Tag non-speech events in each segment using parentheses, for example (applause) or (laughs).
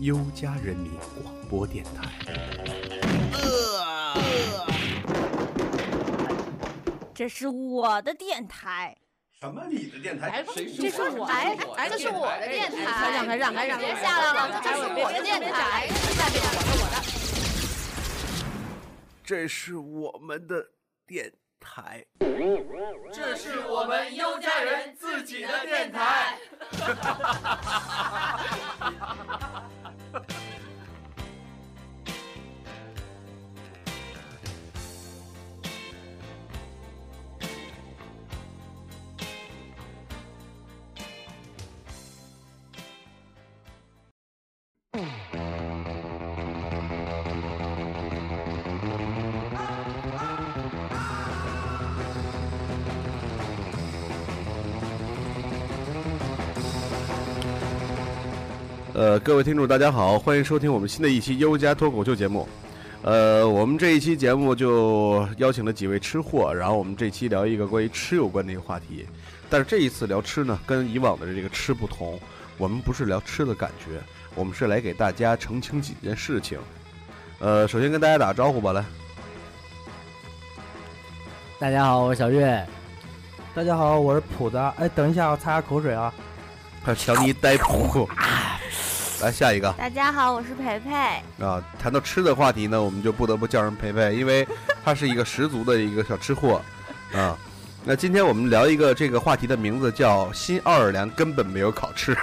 优家人民广播电台。这是我的电台，什么？你的电哎台？谁这是我的电台，哎哎这是我的电台，哎让开让开让开，哎别下来了，这是我的电台，哎下面我的我的。这是我们的电台。这是我们优家人自己的电台。呃，各位听众，大家好，欢迎收听我们新的一期优家脱口秀节目。呃，我们这一期节目就邀请了几位吃货，然后我们这期聊一个关于吃有关的一个话题。但是这一次聊吃呢，跟以往的这个吃不同，我们不是聊吃的感觉，我们是来给大家澄清几件事情。呃，首先跟大家打个招呼吧，来，大家好，我是小月。大家好，我是普子。哎，等一下，我擦下口水啊。还有乔尼呆仆，来下一个。大家好，我是培培，啊，谈到吃的话题呢，我们就不得不叫上培培，因为他是一个十足的一个小吃货啊。那今天我们聊一个这个话题的名字叫“新奥尔良根本没有烤翅” 。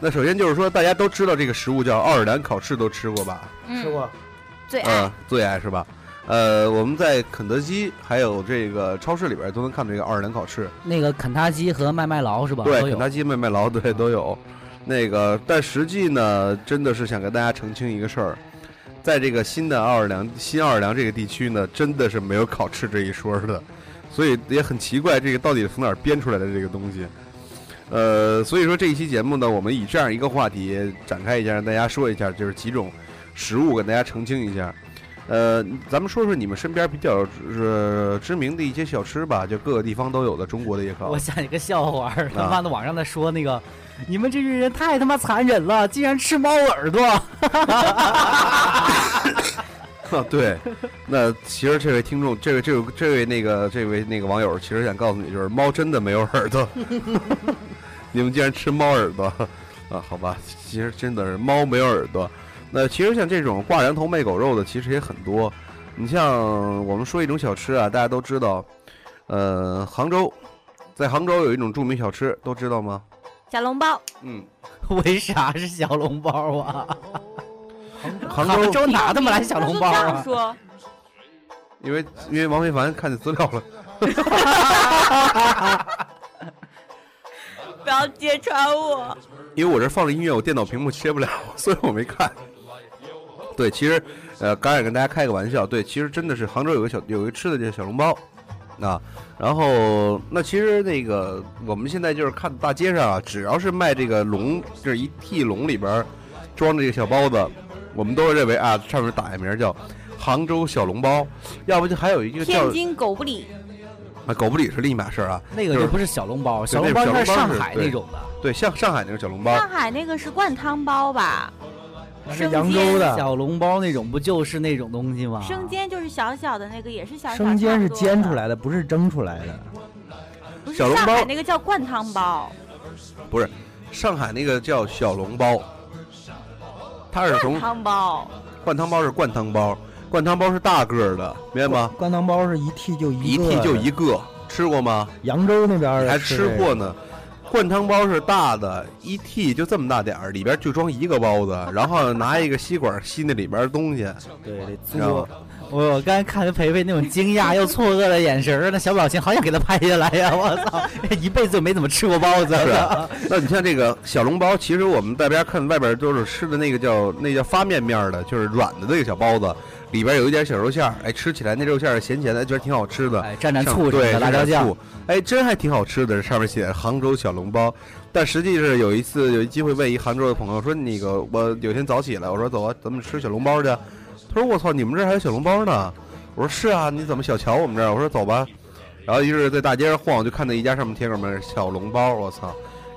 那首先就是说，大家都知道这个食物叫奥尔良烤翅，都吃过吧？吃过，嗯最嗯、爱最爱是吧？呃，我们在肯德基还有这个超市里边都能看到这个奥尔良烤翅。那个肯塔基和麦麦劳是吧？对，都肯有德。基、麦麦劳对都有。那个，但实际呢，真的是想跟大家澄清一个事儿，在这个新的奥尔良、新奥尔良这个地区呢，真的是没有烤翅这一说的，所以也很奇怪，这个到底是从哪儿编出来的这个东西。呃，所以说这一期节目呢，我们以这样一个话题展开一下，让大家说一下，就是几种食物，跟大家澄清一下。呃，咱们说说你们身边比较呃知名的一些小吃吧，就各个地方都有的，中国的也好。我想起个笑话啊儿，他妈的网上在说那个，你们这些人太他妈残忍了，竟然吃猫耳朵。 (laughs) (laughs) 啊，对，那其实这位听众，这位这位这位那个这位那个网友，其实想告诉你，就是猫真的没有耳朵， (laughs) 你们竟然吃猫耳朵啊？好吧，其实真的是猫没有耳朵。那其实像这种挂羊头卖狗肉的，其实也很多。你像我们说一种小吃啊，大家都知道，呃，杭州，在杭州有一种著名小吃，都知道吗？小笼包，嗯，为啥是小笼包啊？杭州杭州哪他妈来小笼包他就这？啊样因为因为王非凡看见资料了，说，不要揭穿我，因为我这放着音乐，我电脑屏幕切不了，所以我没看。对，其实，呃，刚才也跟大家开个玩笑，对，其实真的是杭州有个小有一个吃的叫小笼包，啊，然后那其实那个我们现在就是看大街上啊，只要是卖这个笼，就是一屉笼里边儿装着这个小包子，我们都会认为啊，上面打一名叫杭州小笼包，要不就还有一个叫天津狗不理，啊狗不理是另一码事儿啊，那个就就是不是小笼包，对小那笼包小应笼该是包上是海对那种的。对，像上海那个小笼包，上海那个是灌汤包吧？那是生扬煎州的。小笼包那种不就是那种东西吗？生煎就是小小的那个，也是小小生煎是煎出来，来的，不是蒸出来的。不是小笼包上海那个叫灌汤包，不是，上海那个叫小笼包，它是嗯从灌汤包，灌汤包是灌汤包，灌汤包是大个儿的，明白吗？灌汤包是一屉就一一个屉就一的。个，吃过吗？扬州那边儿你还吃吃这个过呢。灌汤包是大的，一屉就这么大点儿，里边就装一个包 (laughs) 子，然后拿一个吸管吸那里边的东西，对，得你知道嘬吗。？我我刚才看着培培那种惊 (laughs) 讶又错愕的眼神儿，那小表情，好想给他拍下来呀！ (laughs) 我操，一辈子没怎么吃过包子。是 (laughs) 啊那你像这个小笼包，其实我们在边看外边都是吃的那个叫那叫发面面儿的，就是软的那个小包子，里边有一点小肉馅儿，哎，吃起来那肉馅儿咸咸的，觉得挺好吃的。哎，蘸蘸上醋什么对的，辣椒，蘸酱醋，哎，真还挺好吃的。上面写着杭州小笼包，但实际是有一次有一机会问一杭州的朋友说，那个我有天早起来，我说走啊，咱们吃小笼包去。他说我操，你们这儿还有小笼包呢？我说是啊，你怎么小瞧我们这儿？我说走吧。然后于是，在大街上晃，就看到一家上面贴个什么小笼包，我操！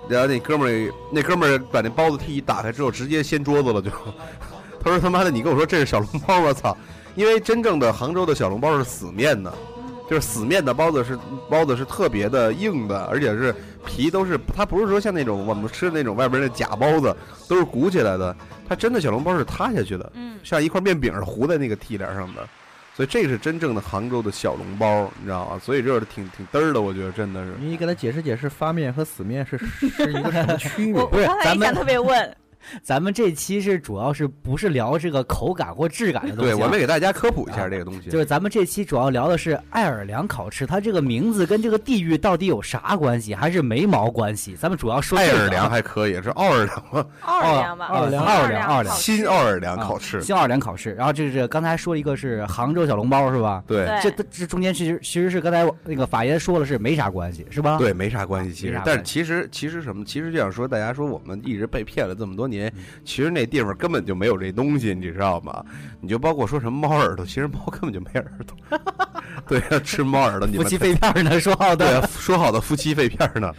然后那哥们儿那哥们儿把那包子屉一打开之后，直接掀桌子了就。 (laughs) 他说他妈的，你跟我说这是小笼包吗？操！因为真正的杭州的小笼包是死面的，就是死面的包子是包子是特别的硬的，而且是皮都是它不是说像那种我们吃的那种外边的假包子都是鼓起来的，它真的小笼包是塌下去的，嗯，像一块面饼儿糊在那个屉梁上的，所以这个是真正的杭州的小笼包，你知道吗？所以这是挺挺嘚儿的，我觉得真的是。你给他解释解释，发面和死面是是一个什么区我我别？不是刚才咱也们想特别问， (laughs) 咱们这期是主要是不是聊这个口感或质感的东西、对，啊？我们给大家科普一下啊这个东西。就是咱们这期主要聊的是爱尔良烤翅，它这个名字跟这个地域到底有啥关系，还是没毛关系？咱们主要说爱这个啊尔良还可以，是奥尔良吗？奥尔良吧，奥尔良奥奥良尔良好吃，嗯新奥尔良烤翅。新奥尔良烤翅。然后这是刚才说一个是杭州小笼包是吧？对对这这中间其实其实是刚才我那个法爷说了是没啥关系是吧？对，没啥关系，其啊没实啥，但是关其实其实什么？其实这样说，大家说我们一直被骗了这么多年嗯，其实那地方根本就没有这东西，你知道吗？你就包括说什么猫耳朵，其实猫根本就没耳朵。 (laughs) 对啊，吃猫耳朵，你夫们妻肺片呢说好对的，啊，说好的夫妻肺片儿呢？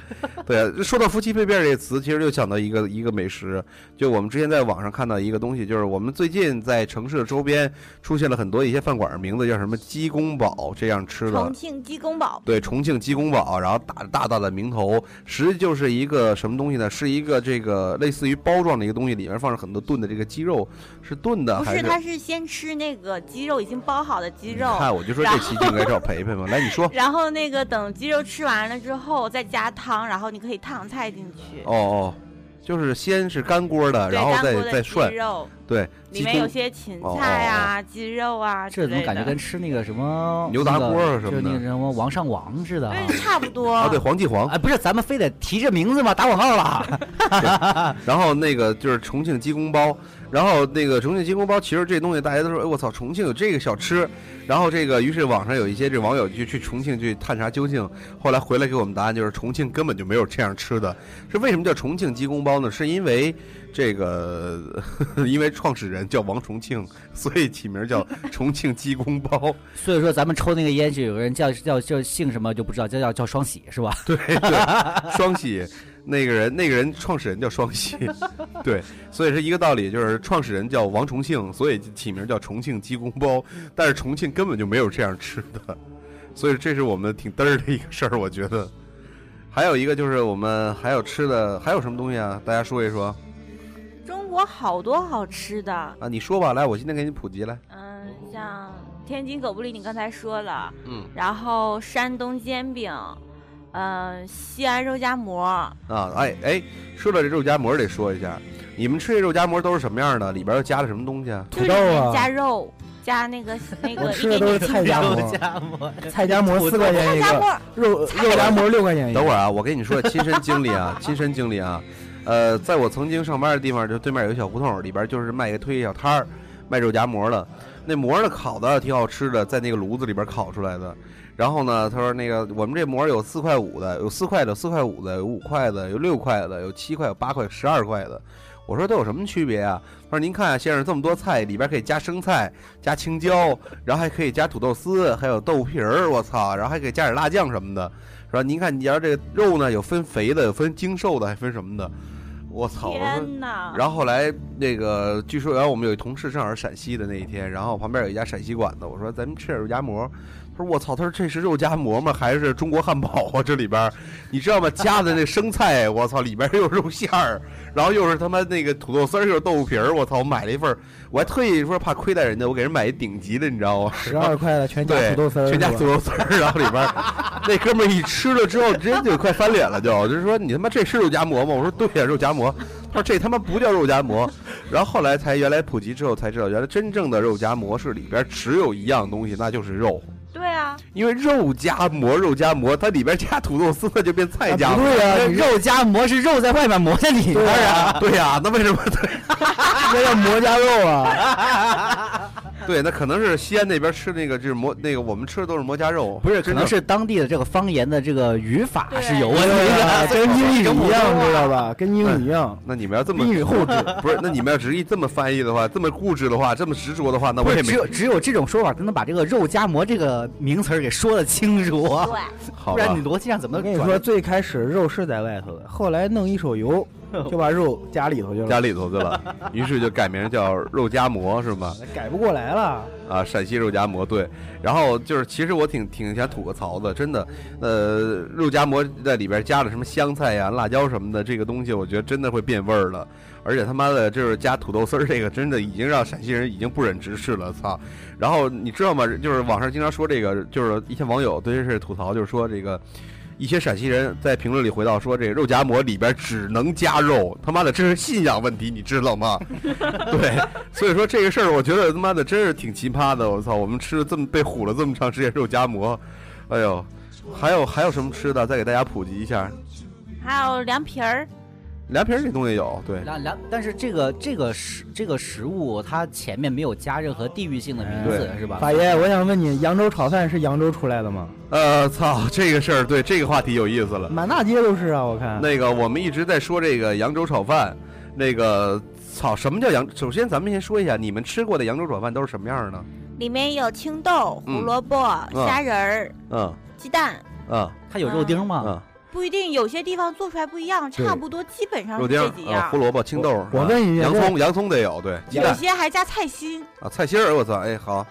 对啊，说到夫妻肺片儿这个词，其实就想到一个一个美食，就我们之前在网上看到一个东西，就是我们最近在城市的周边出现了很多一些饭馆儿，名字叫什么鸡公煲这样吃的重。庆鸡公煲，对，重庆鸡公煲，然后大大大的名头，实际就是一个什么东西呢？是一个这个类似于包装的一个东西，里面放着很多炖的这个鸡肉，是炖的不还是，是？嗯他是先吃那个鸡肉已经包好的鸡你肉，看，我就说然这后期就应该找培培嘛。来， (laughs) 你说。然后那个等鸡肉吃完了之后再加汤，然后你可以烫菜进去，哦哦，就是先是干锅的，对，然后干再锅的再鸡涮。肉对，里鸡面有公些芹哦哦菜啊、鸡肉啊之 (laughs) 这类的，怎么感觉跟吃那个什么牛杂锅儿那个什么的就那个什么王上王似的啊？嗯差不多。啊，对，黄记黄。哎，不是，咱们非得提这名字吗？打广告了。 (laughs) 然后那个就是重庆鸡公煲，然后那个重庆鸡公煲，其实这东西大家都说，哎，我操，重庆有这个小吃。然后这个，于是网上有一些这网友就去重庆去探查究竟，后来回来给我们答案就是重庆根本就没有这样吃的。是为什么叫重庆鸡公煲呢？是因为这个， (laughs) 因为创始人叫王重庆，所以起名叫重庆鸡公煲。所以说咱们抽那个烟是有个人叫叫叫姓什么就不知道，叫叫叫双喜是吧？对 (laughs) 对，双喜，那个人那个人创始人叫双喜， (laughs) 对，所以是一个道理，就是创始人叫王重庆，所以起名叫重庆鸡公煲，但是重庆根本就没有这样吃的，所以这是我们挺嘚儿的一个事儿，我觉得。还有一个就是我们还有吃的，还有什么东西啊？大家说一说中国好多好吃的，啊，你说吧，来，我今天给你普及来。嗯，像天津狗不理你刚才说了，嗯然后山东煎饼，嗯、西安肉夹馍，啊，哎哎，说到这肉夹馍得说一下，你们吃这肉夹馍都是什么样的？里边又加了什么东西啊？就是土豆里面啊加肉加 (laughs) 那个那我个一吃的点都是点青哎菜夹 (laughs) 肉馍，夹馍，菜夹馍四块钱一夹 (laughs) 个，馍，肉肉夹馍六块钱一个。等会儿啊，我跟你说亲身经历啊，亲身经历啊，呃，在我曾经上班的地方，就对面有一小胡同，里边就是卖个推小摊儿，卖肉夹馍的。那馍呢烤的挺好吃的，在那个炉子里边烤出来的。然后呢，他说那个我们这馍有四块五的，有四块的，有四块五的，有五块的，有六块的，有七块，有八块，十二块的。我说都有什么区别啊？他说您看啊，先生，这么多菜里边可以加生菜、加青椒，然后还可以加土豆丝，还有豆腐皮儿，我操，然后还可以加点辣酱什么的。说您看，你要这个肉呢，有分肥的，有分精瘦的，还分什么的，我操！我说天哪！然后后来那个，据说然后我们有一同事正好是陕西的那一天，然后旁边有一家陕西馆子，我说咱们吃点肉夹馍。他说我操，他说这是肉夹馍吗？还是中国汉堡啊？这里边儿你知道吗？加的那生菜，我操，里边儿又有肉馅儿，然后又是他妈那个土豆丝儿，又是豆腐皮儿，我操，我买了一份儿，我还特意说怕亏待人家，我给人买一顶级的，你知道吗？十二块的全加对土豆丝儿，全家是吧土豆丝儿，然后里边儿 (laughs) 那哥们儿一吃了之后，直接就快翻脸了就，就是说你他妈这是肉夹馍吗？我说对呀、肉夹馍。他说这他妈不叫肉夹馍。然后后来才原来普及之后才知道，原来真正的肉夹馍是里边只有一样东西，那就是肉。对啊，因为肉夹馍，肉夹馍，它里边加土豆丝，那就变菜夹啊馍不。对呀，你肉夹馍是肉在外面馍在里边 (laughs) 当儿啊。 (laughs) 然，对呀、那为什么？这叫馍夹肉啊！对，那可能是西安那边吃那个就是馍，那个我们吃的都是馍夹肉，不是，可真能正是当地的这个方言的这个语法对是有问对题啊的，跟英语一 (laughs) 样，知道吧？吧？跟英语一样，那你们要这么英语后置。 (laughs) 不是，那你们要执意这么翻译的话，这么固执的话，这么执着的话，那不我也没是，只有只有这种说法才能把这个肉夹馍这个名词儿给说的清楚啊，对，好不吧然你？逻辑上怎么我能跟你转说，最开始肉是在外头的，后来弄一手油就把肉加里头去家了，里头去了，于是就改名叫肉夹馍是吗？改不过来了。啊，陕西肉夹馍对。然后就是，其实我挺挺想吐个槽的，真的，呃，肉夹馍在里边加了什么香菜呀、辣椒什么的，这个东西我觉得真的会变味儿了。而且他妈的，就是加土豆丝儿，这个真的已经让陕西人已经不忍直视了，操！然后你知道吗？就是网上经常说这个，就是一些网友对这事吐槽，就是说这个。一些陕西人在评论里回到说：“这个肉夹馍里边只能加肉，他妈的这是信仰问题，你知道吗？” (laughs) 对，所以说这个事儿，我觉得他妈的真是挺奇葩的。我操，我们吃了这么被唬了这么长时间肉夹馍，哎呦，还有还有什么吃的？再给大家普及一下，还有凉皮儿，凉皮儿这东西有，对，凉凉，但是这个这个食这个食物，它前面没有加任何地域性的名字，哎对是吧？法爷，我想问你，扬州炒饭是扬州出来的吗？呃，操，这个事儿，对这个话题有意思了。满大街都是啊，我看。那个我们一直在说这个扬州炒饭，那个操，什么叫扬？首先咱们先说一下，你们吃过的扬州炒饭都是什么样儿呢？里面有青豆、胡嗯萝卜、虾仁儿、嗯鸡蛋，嗯它有肉丁吗？嗯，不一定，有些地方做出来不一样，对差不多基本上肉是丁儿这几、啊，样胡。萝卜、青豆儿，我啊问一下洋这葱，洋葱得有，对，鸡有蛋些还加菜心，啊，菜心儿，我操，哎，好，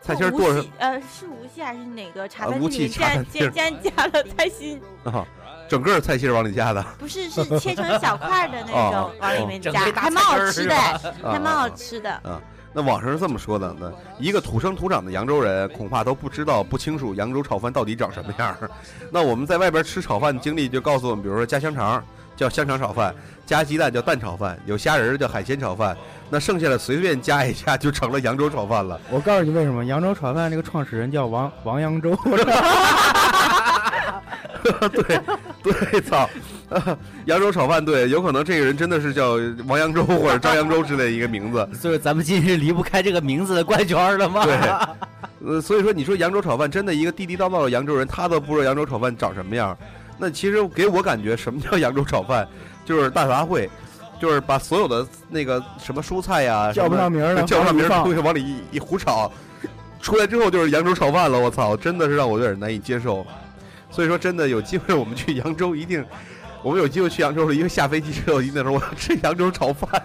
菜心儿无剁上锡。呃，是无锡还是哪个茶啊餐无厅锡里茶加餐厅加加加了菜心？ (laughs) 啊，整个菜心儿往里加的，不是，是切成小块儿的那 (laughs) 哦种，往里面整加，个大还蛮菜好根儿吃是的， (laughs) 啊还蛮好吃的。那网上是这么说的呢，一个土生土长的扬州人恐怕都不知道不清楚扬州炒饭到底长什么样儿。那我们在外边吃炒饭的经历就告诉我们，比如说加香肠叫香肠炒饭，加鸡蛋叫蛋炒饭，有虾仁儿叫海鲜炒饭，那剩下的随便加一加就成了扬州炒饭了。我告诉你为什么，扬州炒饭这个创始人叫王王 (laughs) 扬州，对对， (laughs) 操。啊扬州炒饭，对，有可能这个人真的是叫王扬州或者张扬州之类一个名字， (laughs) 所以咱们今日离不开这个名字的怪圈儿了吗？ (laughs) 对，呃，所以说你说扬州炒饭真的一个地地道道的扬州人，他都不知道扬州炒饭长什么样儿。那其实给我感觉，什么叫扬州炒饭？就是大杂烩，就是把所有的那个什么蔬菜呀、叫不上名名儿了， (laughs) 叫不上名儿的放东西往里一一胡炒，出来之后就是扬州炒饭了。我操，真的是让我有点难以接受。所以说，真的有机会我们去扬州，一定，我们有机会去扬州了，因为下飞机之后一定说我要吃扬州炒饭。 (laughs)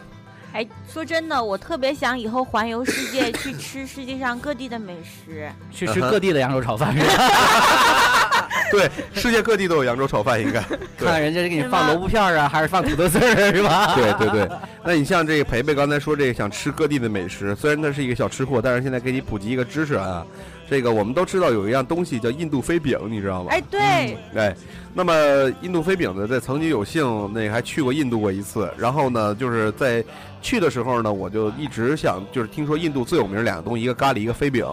哎，说真的，我特别想以后环游世界，去吃世界上各地的美食。 (laughs) 去吃各地的扬州炒饭是吧？对，世界各地都有扬州炒饭，应该。 (laughs) 对看看人家是给你是放吗萝卜片儿啊，还是放土豆丝儿啊是 (laughs) 吧？对对对，那你像这个培培刚才说这个想吃各地的美食，虽然他是一个小吃货，但是现在给你普及一个知识啊，这个我们都知道有一样东西叫印度飞饼，你知道吗？哎，对，哎，那么印度飞饼呢，在曾经有幸那个还去过印度过一次，然后呢，就是在去的时候呢，我就一直想，就是听说印度最有名两个东西，一个咖喱，一个飞饼。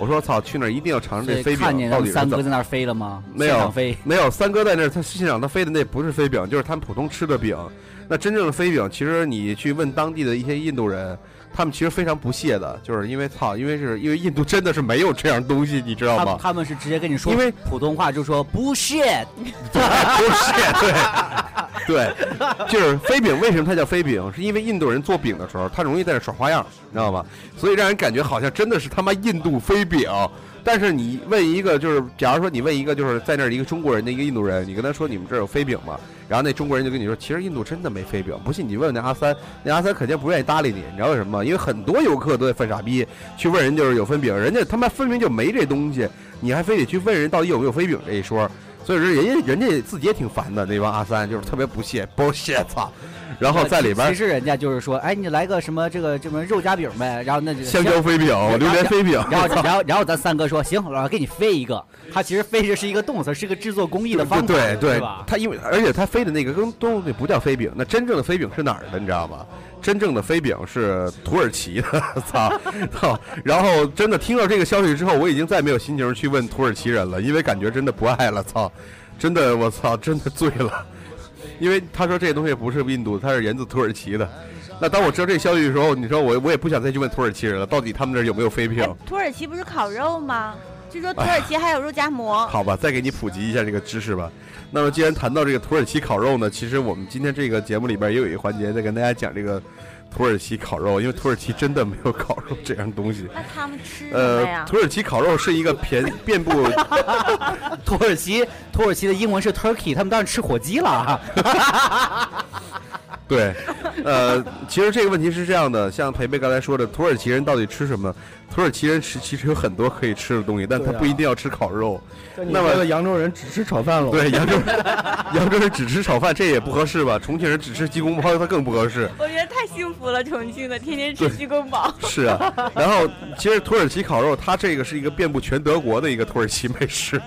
我说操，去那儿一定要尝尝 (laughs) 所这以飞看饼见到他底们是三怎么哥在那儿飞了吗？没有现场飞，没有，三哥在那儿，他现场他飞的那不是飞饼，就是他们普通吃的饼。那真正的飞饼，其实你去问当地的一些印度人，他们其实非常不屑的，就是因为操，因为是因为印度真的是没有这样东西，你知道他吗？他们是直接跟你说，因为普通话就说不屑，不屑， (laughs) 对，对，就是飞饼。为什么它叫飞饼？是因为印度人做饼的时候，他容易在这耍花样，你知道吗？所以让人感觉好像真的是他妈印度飞饼。但是你问一个，就是假如说你问一个就是在那儿一个中国人的一个印度人，你跟他说你们这儿有飞饼吗？然后那中国人就跟你说，其实印度真的没飞饼。不信你问问那阿三，那阿三肯定不愿意搭理你。你知道为什么吗？因为很多游客都在犯傻逼，去问人就是有分饼，人家他妈分明就没这东西，你还非得去问人到底有没有飞饼这一说。所以说人家人家自己也挺烦的，那帮阿三就是特别不屑，不屑操，然后在里边其儿实人家就是说，哎，你来个什么这个这么肉夹饼呗，然后那就香蕉飞饼、榴莲飞饼，然后，然后，然后咱三哥说：“行，老师给你飞一个。”他其实飞这是一个动词，是个制作工艺的方法，对对是吧，？他因为而且他飞的那个跟东西不叫飞饼，那真正的飞饼是哪儿的，你知道吗？真正的飞饼是土耳其的， (laughs) 操操！然后真的听到这个消息之后，我已经再没有心情去问土耳其人了，因为感觉真的不爱了，操！真的 (laughs) 我操，真的醉了，因为他说这东西不是印度，它是源自土耳其的，那当我知道这消息的时候，你说我我也不想再去问土耳其人了，到底他们那儿有没有飞哎票？土耳其不是烤肉吗？据说土耳其还有肉夹馍。哎 (laughs) 好吧，再给你普及一下这个知识吧。那么，既然谈到这个土耳其烤肉呢，其实我们今天这个节目里边也有一个环节在跟大家讲这个土耳其烤肉，因为土耳其真的没有烤肉这样东 (laughs) 西。那他们吃什么呃，呀？土耳其烤肉是一个遍遍布土耳其，土耳其的英文是 Turkey，他们当然吃火鸡了啊。对， (laughs) 呃，其实这个问题是这样的，像培培刚才说的，土耳其人到底吃什么？土耳其人吃其实有很多可以吃的东西，但他对啊不一定要吃烤肉。那那么么扬州人只吃炒饭了，对，扬 (laughs) 州人扬州人只吃炒饭，这也不合适吧？重庆人只吃鸡公煲，他更不合适。我觉得太幸福了，重庆的天天吃对鸡公煲。 (laughs) 是啊，然后其实土耳其烤肉，它这个是一个遍布全德国的一个土耳其美食，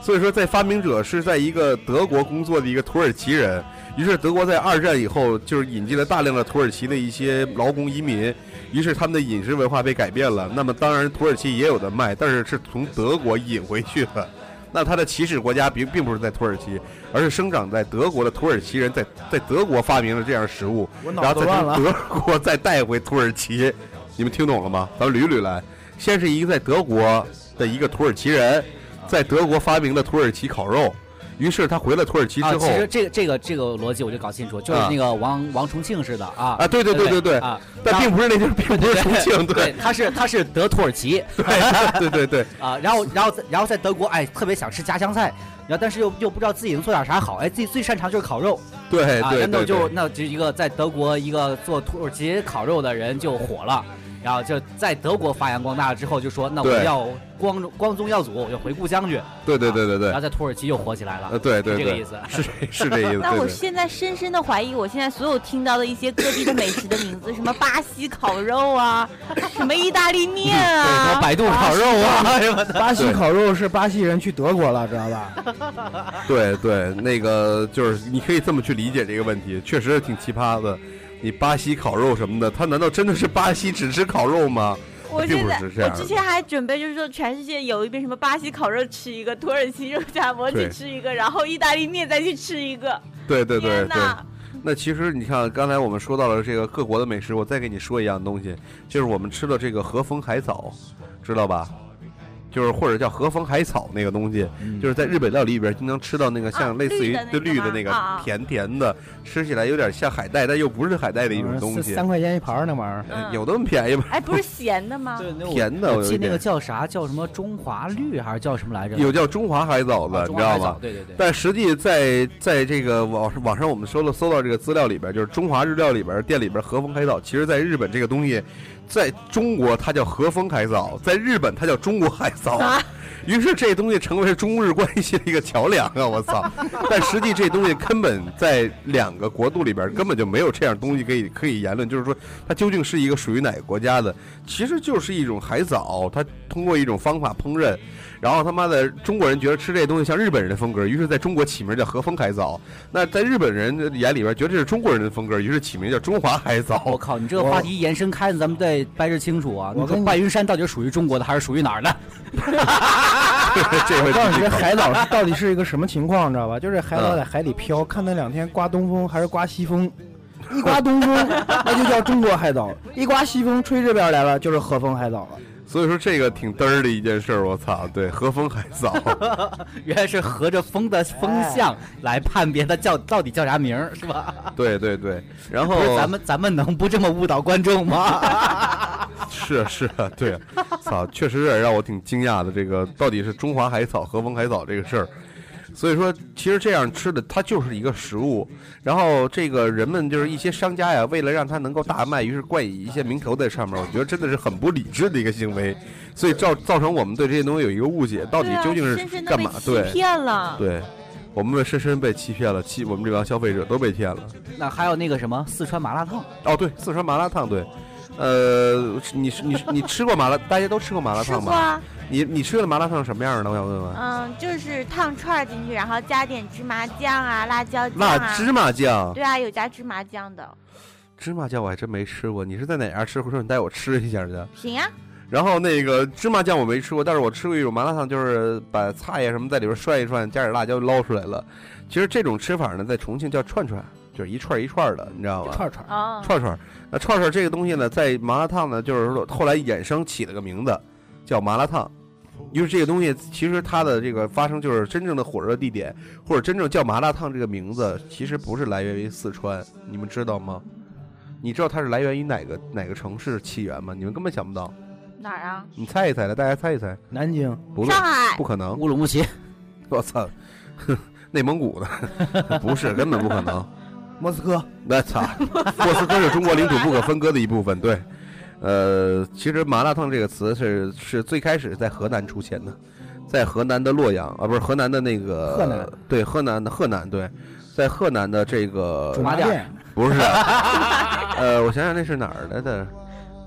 所以说在发明者是在一个德国工作的一个土耳其人，于是德国在二战以后就是引进了大量的土耳其的一些劳工移民，于是他们的饮食文化被改变了。那么当然土耳其也有的卖，但是是从德国引回去的。那它的起始国家并并不是在土耳其，而是生长在德国的土耳其人在在德国发明了这样的食物，我然脑后子再乱从了。德国再带回土耳其，你们听懂了吗？咱们捋一捋来，先是一个在德国的一个土耳其人，在德国发明的土耳其烤肉，于是他回了土耳其啊，之后其，实这个这个这个逻辑我就搞清楚，就是啊那个王、王重庆似的啊。啊，对对对对对，啊，但并不是那地 (laughs) 儿，并不是重庆，对对，他是他是德土耳其对 (laughs) 对对对，啊，然后然后在然后在德国，哎，特别想吃家乡菜，然后但是又又不知道自己能做点啥好，哎，自己最擅长就是烤肉对啊，哎对那对，就那就一个在德国一个做土耳其烤肉的人就火了。然后就在德国发扬光大了之后，就说那我对要光荣光宗耀祖，我就回故乡去。对对对对然对，后在土耳其又火起来了，呃，对对啊是这个对，意思。是是这意思，但对我对。现在深深的怀疑，我现在所有听到的一些各地的美食的名字，什么巴西烤肉啊，什么意大利面嗯什么啊，百度烤肉哦啊，什么的。巴西烤肉是巴西人去德国了，知道吧？ (laughs) (laughs) 对对，那个就是你可以这么去理解这个问题，确实挺奇葩的。你巴西烤肉什么的，他难道真的是巴西只吃烤肉吗？我并现不在是这我样之的前还准备就是说，全世界有一遍什么巴西烤肉吃一个，土耳其肉夹馍对去吃一个，然后意大利面再去吃一个。对对对天对。哪！那其实你看，刚才我们说到了这个各国的美食，我再给你说一样东西，就是我们吃的这个和风海藻，知道吧？就是或者叫和风海草那个东西，嗯就是在日本料理里边经常吃到那个像类似于啊绿对绿的的那个吗那啊个啊甜甜的，吃起来有点像海带，但又不是海带的一种嗯东西嗯三，块钱一盘儿那玩 (laughs) 意儿。呃嗯有那么便宜吗？哎，不是咸的吗？对，那我甜的，有我一记那个点叫啥，叫什么中华绿还是叫什么来着？有叫中华海藻的，啊你中知华海道藻吗？对对对。但实际在在这个网网上，我们搜了搜到这个资料里边，就是中华日料里边店里边和风海藻，其实在日本这个东西，在中国它叫和风海藻，在日本它叫中国海藻。啊于是这东西成为中日关系的一个桥梁啊！我操！但实际这东西根本在两个国度里边根本就没有这样东西可以可以言论，就是说它究竟是一个属于哪个国家的，其实就是一种海藻，它通过一种方法烹饪，然后他妈的中国人觉得吃这东西像日本人的风格，于是在中国起名叫和风海藻。那在日本人的眼里边觉得这是中国人的风格，于是起名叫中华海我藻。靠，你这个话题延伸开了，咱们再掰扯清楚啊！我你跟说你白云山到底属于中国的还是属于哪儿的？ (laughs) (laughs) 这我回告诉你，这这海岛是到底是一个什么情况，你知道吧？就是海嗯岛在海里飘，看那两天刮东风还是刮西风。一刮东风，那就叫中国海岛；一刮西风，吹这边来了，就是和风海岛了。所以说这个挺嘚儿的一件事儿，我操！对，和风海藻。原来是合着风哎的风向来判别它叫到底叫啥名儿，是吧？对对对，然后不是咱们咱们能不这么误导观众吗？是啊是啊，对 (laughs) 啊，操，确实有点让我挺惊讶的。这个到底是中华海草、和风海藻这个事儿，所以说其实这样吃的它就是一个食物。然后这个人们就是一些商家呀，为了让它能够大卖，于是冠以一些名头在上面，我觉得真的是很不理智的一个行为，所以造造成我们对这些东西有一个误解，到底对啊究竟深是深的干被嘛？欺对骗了。对，我们深深被欺骗了，欺我们这帮消费者都被骗了。 (laughs) 那还有那个什么四川麻辣烫，哦，对，四川麻辣烫，对，呃，你是你是你吃过麻辣？大家都吃过麻辣吃烫过吧？啊，你你吃的麻辣烫什么样的呢？我想问问。嗯，就是烫串儿进去，然后加点芝麻酱啊、辣椒酱辣啊。芝麻酱，对啊，有加芝麻酱的。芝麻酱我还真没吃过。你是在哪家吃？回头你带我吃一下去。行啊，然后那个芝麻酱我没吃过，但是我吃过一种麻辣烫，就是把菜呀什么在里边涮一涮，加点辣椒捞出来了。其实这种吃法呢，在重庆叫串串，就就是一串儿一串儿的，你知道吧？串串，啊，串串儿，那串串儿这个东西呢，在麻辣烫呢，就是说后来衍生起了个名字叫麻辣烫，因为这个东西其实它的这个发生就是真正的火热地点，或者真正叫麻辣烫这个名字，其实不是来源于四川，你们知道吗？你知道它是来源于哪个哪个城市起源吗？你们根本想不到，哪儿啊？你猜一猜来，大家猜一猜，南京不对上，海不可能，乌鲁木齐、我操，内蒙古的，不是，根本不可能。莫斯科，那操，莫斯科是中国领土不可分割的一部分。对，呃，其实麻辣烫这个词是是最开始在河南出现的，在河南的洛阳啊，不是河南的那个河南，对，河南的河南，对，在河南的这个驻马店，不是， (laughs) 呃，我想想那是哪儿来的？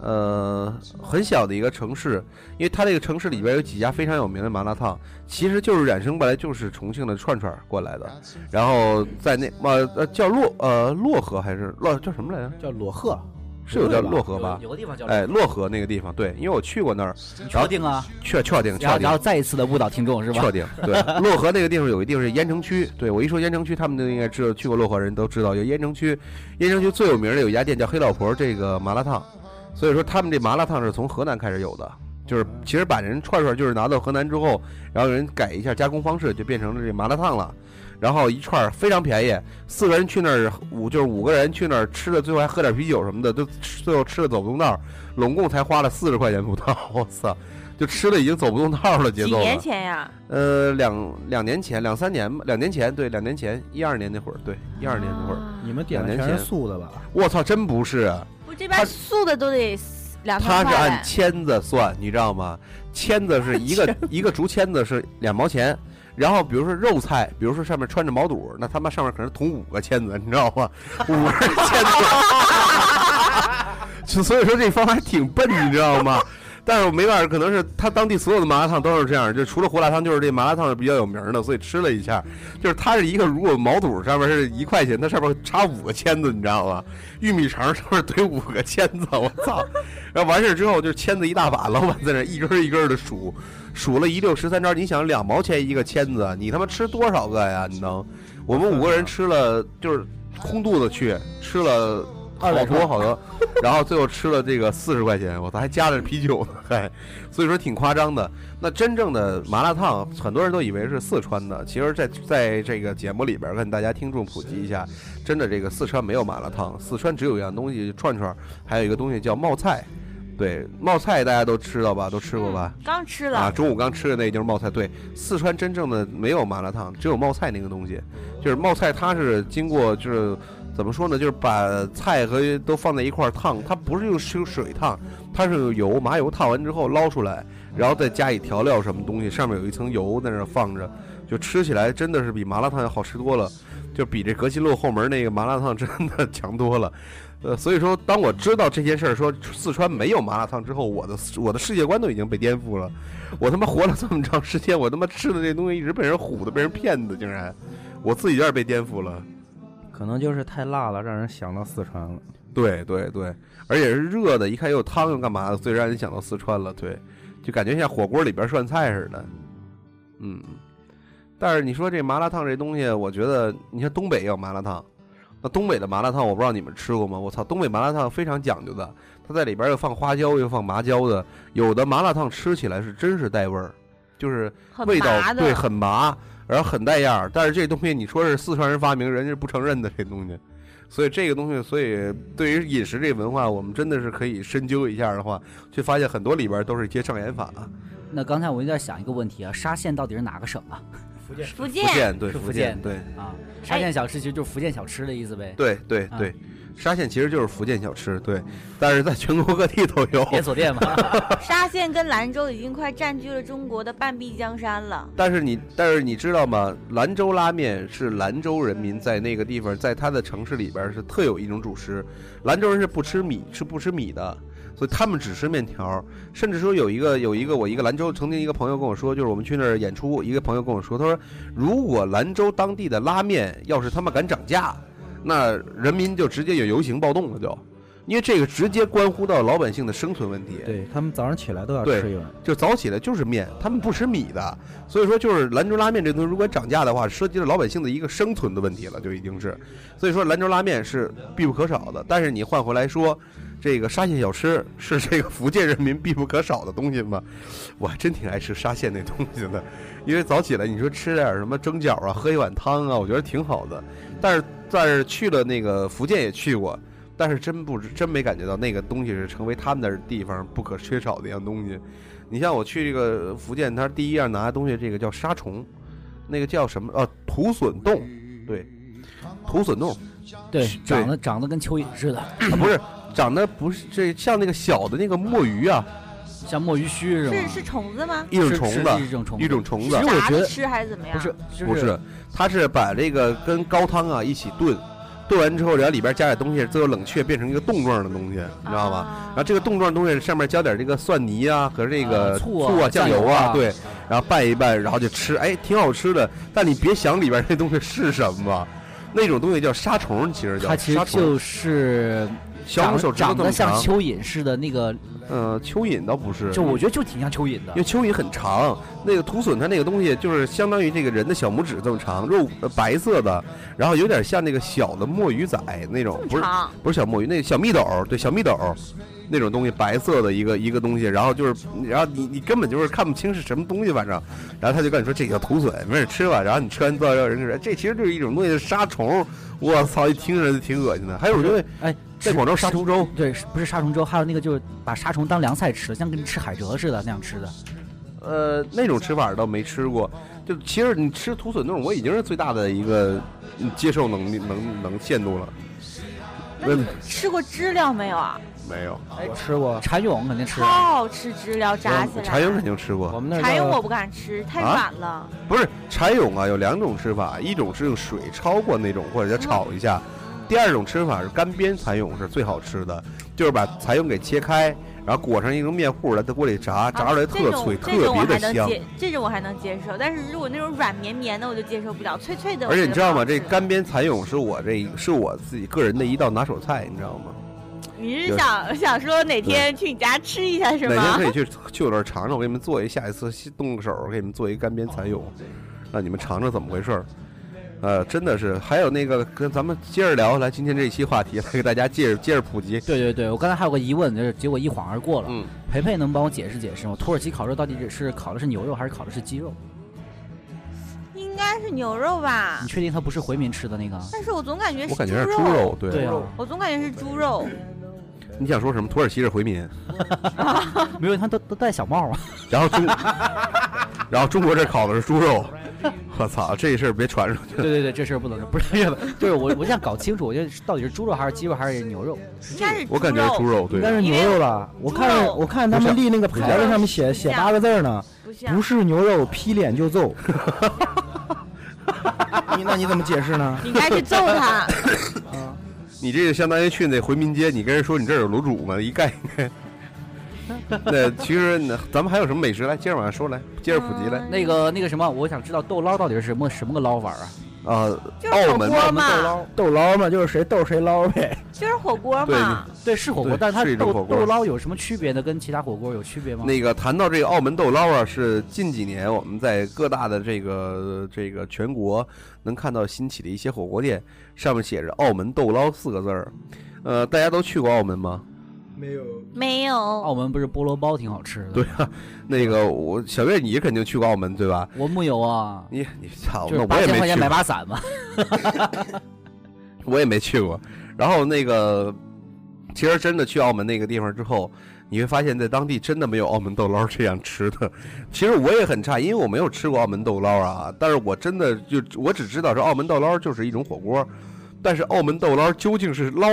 呃，很小的一个城市，因为它这个城市里边有几家非常有名的麻辣烫，其实就是衍生过来就是重庆的串串儿过来的，然后在那呃呃叫洛呃洛河还是洛叫什么来着？叫漯河，是有叫不会吧洛河吧？有个地方叫哎，洛河那个地方，对，因为我去过那儿，确定啊，确确定然嗯确后然定后再一次的误导听众是吧确？定， (laughs) 对，漯河那个地方有一地方是盐城区，对我一说盐城区，他们就应该知道，去过漯河人都知道，有盐城区，盐城区最有名的有一家店叫黑老婆这个麻辣烫，所以说他们这麻辣烫是从河南开始有的，就是其实把人串串就是拿到河南之后，然后人改一下加工方式，就变成了这麻辣烫了。然后一串儿非常便宜，四个人去那儿五就是五个人去那儿吃了，最后还喝点啤酒什么的，都吃最后吃的走不动道儿，拢共才花了四十块钱不到， (laughs) 我操，就吃的已经走不动道儿了节几奏了。年前呀？呃，两两年前，两三年吧，两年前，对，两年前，一二年那会儿，对，一二年那会儿，啊你们点的两年全是前素的吧？我操，真不是，啊不，这他边素的都得两他三是块按。签子算，你知道吗？签子是一个一个竹签子是两毛钱，然后比如说肉菜，比如说上面穿着毛肚，那他妈上面可能捅五个签子，你知道吗？五个签子， (laughs) 就所以说这方法还挺笨，你知道吗？但是我没办法，可能是他当地所有的麻辣烫都是这样，就除了胡辣汤，就是这麻辣烫是比较有名儿的，所以吃了一下，就是它是一个如果毛肚上面是一块钱，它上面插五个签子，你知道吗？玉米肠上面怼五个签子，我操！然后完事儿之后就签子一大把，老板在那儿一根儿一根儿的数，数了一溜十三招。你想两毛钱一个签子，你他妈吃多少个呀？你能？我们五个人吃了就是空肚子去吃了。好多好多，然后最后吃了这个四十块钱，我操，还加了啤酒呢，还、所以说挺夸张的。那真正的麻辣烫，很多人都以为是四川的，其实在，在这个节目里边儿跟大家听众普及一下，真的这个四川没有麻辣烫，四川只有一样东西串串儿，还有一个东西叫冒菜。对，冒菜大家都知道吧？都吃过吧？嗯刚吃啊，了，中午刚吃的那就是冒菜。对，四川真正的没有麻辣烫，只有冒菜那个东西。就是冒菜，它是经过就是怎么说呢？就是把菜和都放在一块儿烫，它不是用是用水烫，它是用油麻油烫完之后捞出来，然后再加以调料什么东西，上面有一层油在那儿放着，就吃起来真的是比麻辣烫要好吃多了，就比这革新路后门那个麻辣烫真的强多了。呃，所以说，当我知道这件事儿，说四川没有麻辣烫之后，我的我的世界观都已经被颠覆了。我他妈活了这么长时间，我他妈吃的这东西一直被人唬的，被人骗的，竟然，我自己有点被颠覆了。可能就是太辣了，让人想到四川了。对对对，而且是热的，一看又有汤又干嘛的，所以让人想到四川了。对，就感觉像火锅里边涮菜似的。嗯，但是你说这麻辣烫这东西，我觉得你看东北也有麻辣烫，那东北的麻辣烫我不知道你们吃过吗？我操，东北麻辣烫非常讲究的，它在里边又放花椒又放麻椒的，有的麻辣烫吃起来是真是带味儿，就是很味道麻的。对很麻，然后很带样儿。但是这东西你说是四川人发明，人家是不承认的这东西。所以这个东西，所以对于饮食这文化，我们真的是可以深究一下的话，却发现很多里边儿都是一些障眼法。啊那刚才我有点想一个问题啊，沙县到底是哪个省啊？福福建哎建对是福福建建对啊，沙县小吃其实就是福建小吃的意思呗。对对啊对，嗯沙县其实就是福建小吃，对，但是在全国各地都有。连锁店嘛，沙县跟兰州已经快占据了中国的半壁江山了。但是你，但是你知道吗？兰州拉面是兰州人民在那个地方，在他的城市里边是特有一种主食。兰州人是不吃米，是不吃米的，所以他们只吃面条。甚至说有一个有一个我一个兰州曾经一个朋友跟我说，就是我们去那儿演出，一个朋友跟我说，他说如果兰州当地的拉面要是他们敢涨价，那人民就直接有游行暴动了就。因为这个直接关乎到老百姓的生存问题。对他们早上起来都要对吃一碗，就早起来就是面，他们不吃米的，所以说就是兰州拉面这东西如果涨价的话，涉及到老百姓的一个生存的问题了，就已经是，所以说兰州拉面是必不可少的。但是你换回来说，这个沙县小吃是这个福建人民必不可少的东西吗？ (laughs) 我还真挺爱吃沙县那东西的，因为早起来你说吃点什么蒸饺啊，喝一碗汤啊，我觉得挺好的。但是但是去了那个福建也去过。但是真不知真没感觉到那个东西是成为他们那儿地方不可缺少的一样东西，你像我去这个福建，他第一样拿的东西，这个叫沙虫，那个叫什么？哦、土笋冻，对，土笋冻、对，是长得长得跟蚯蚓似的，啊不是长得不是这像那个小的那个墨鱼啊，像墨鱼须是是吗？是虫子吗？一种是虫是子，一种虫一子种虫子其，实我炸觉着得吃还是怎么样？不是，就是不是，它是把这个跟高汤啊一起炖，炖完之后，然后里边加点东西，最后冷却变成一个冻状的东西，你知道吗？啊然后这个冻状东西上面加点这个蒜泥啊和这个啊醋醋啊酱酱油油啊，啊对，然后拌一拌，然后就吃，哎，挺好吃的。但你别想里边那东西是什么，那种东西叫沙虫，其实叫它其沙实虫就是小拇长手指头长这么得像长蚯蚓似的那个，呃，蚯蚓倒不是，就我觉得就挺像蚯蚓的因为。蚯蚓很长，那个土笋它那个东西就是相当于这个人的小拇指这么长，肉呃白色的，然后有点像那个小的墨鱼仔那种，不正是常。不是小墨鱼，那小蜜豆儿，对，小蜜豆儿那种东西，白色的一个一个东西，然后就是，然后你你根本就是看不清是什么东西，反正，然后他就跟你说这叫土笋，没事吃吧，然后你吃完之后，人就说哎这其实就是一种东西，是沙虫，我操，一听着就挺恶心的。还有就是哎，在吃广州沙虫粥，对，是不是杀虫粥，还有那个就是把杀虫当凉菜吃，像跟吃海蜇似的那样吃的。呃，那种吃法倒没吃过，就其实你吃土笋那种，我已经是最大的一个嗯接受能力能能限度了。嗯那你吃过知了没有啊？没有，我吃啊过，蚕蛹肯定吃超，好吃知了炸起来。嗯柴蛹肯定吃过，我们那儿蚕蛹叫我不敢吃，太啊软了。不是柴蛹啊，有两种吃法，一种是用水焯过那种，或者叫炒一下；嗯第二种吃法是干煸蚕蛹是最好吃的，就是把蚕蛹给切开，然后裹上一个面糊，然后在锅里炸，炸出来特脆，啊这特种别我还的能香。接，这种我还能接受，但是如果那种软绵绵的，我就接受不了，脆脆的。而且你知道吗？这干，干煸蚕蛹是我这是我自己个人的一道拿手菜，你知道吗？你是想想说哪天去你家吃一下是哪天吗可？以去去我这儿尝尝，我给你们做一，下一次动个手给你们做一干煸蚕蛹，让你们尝尝怎么回事儿。呃，真的是，还有那个跟咱们接着聊来，今天这一期话题来给大家接着接着普及。对对对，我刚才还有个疑问，就是结果一晃而过了。嗯，培培能帮我解释解释吗？土耳其烤肉到底是烤的是牛肉还是烤的是鸡肉？应该是牛肉吧你，确定它不是回民吃的那个？但是我总感觉我是感哎猪觉是猪肉，对。对啊，我总感觉是猪肉，你想说什么？土耳其是回民，啊没有，他都都戴小帽 (laughs) 啊。然后中，然后中国这烤的是猪肉。我操，这事儿别传出去。对对对，这事儿不能说，不是，就是我我想搞清楚，我觉得到底是猪肉还是鸡肉还是牛肉？应该是我感觉是猪肉，肉，应该是对，牛肉吧？我看我看他们立那个牌子上面写写八个字儿呢，不像不是牛肉劈脸就 (laughs) 揍。你那你怎么解释呢？你应该去揍他。你这个相当于去那回民街，你跟人说你这儿有卤煮吗？一盖一盖。 (laughs) 那其实那咱们还有什么美食来？接着往下说来，接着普及嗯来。那个那个什么，我想知道豆捞到底是什么什么个捞法啊？啊，就是澳火门锅的嘛，斗捞嘛，就是谁斗谁捞呗。就是火锅对嘛，对，是火对锅，但它是一种火豆锅豆捞有什么区别呢？跟其他火锅有区别吗？那个谈到这个澳门豆捞啊，是近几年我们在各大的这个这个全国能看到新起的一些火锅店，上面写着“澳门豆捞”四个字儿。呃，大家都去过澳门吗？ (laughs) 没有，没有。澳门不是菠萝包挺好吃的？对啊，那个我小月你肯定去过澳门对吧？我木有啊，你你操，哦那就是我八也千没块钱去买过，把伞 (laughs) 嘛。我也没去过。然后那个，其实真的去澳门那个地方之后，你会发现在当地真的没有澳门豆捞这样吃的。其实我也很诧异，因为我没有吃过澳门豆捞啊，但是我真的就我只知道这澳门豆捞就是一种火锅，但是澳门豆捞究竟是捞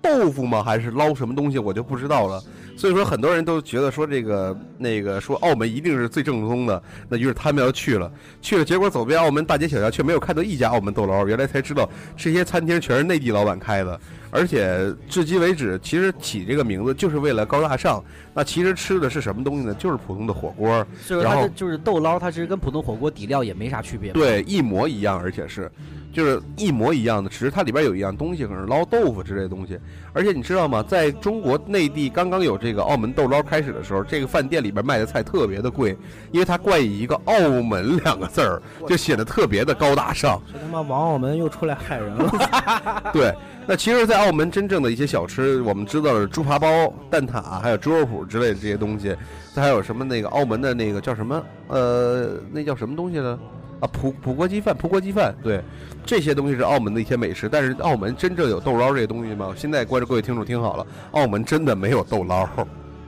豆腐吗，还是捞什么东西，我就不知道了。所以说，很多人都觉得说这个那个说澳门一定是最正宗的，那于是他们要去了，去了，结果走遍澳门大街小巷，却没有看到一家澳门豆捞，原来才知道这些餐厅全是内地老板开的。而且至今为止，其实起这个名字就是为了高大上。那其实吃的是什么东西呢？就是普通的火锅，所以说然它后这就是豆捞，它其实跟普通火锅底料也没啥区别。，对，一模一样，而且是，就是一模一样的，只是它里边有一样东西，可能是捞豆腐之类的东西。而且你知道吗，在中国内地刚刚有这个澳门豆捞开始的时候，这个饭店里边卖的菜特别的贵，因为它冠以一个“澳门”两个字儿，就显得特别的高大上。这他妈王澳门又出来害人了，对，那其实，在澳门真正的一些小吃，我们知道的猪扒包、蛋挞，还有猪肉脯之类的这些东西，它还有什么那个澳门的那个叫什么呃，那叫什么东西呢？啊，葡葡国鸡饭，葡国鸡饭，对，这些东西是澳门的一些美食。但是澳门真正有豆捞这些东西吗？现在观众各位听众听好了，澳门真的没有豆捞，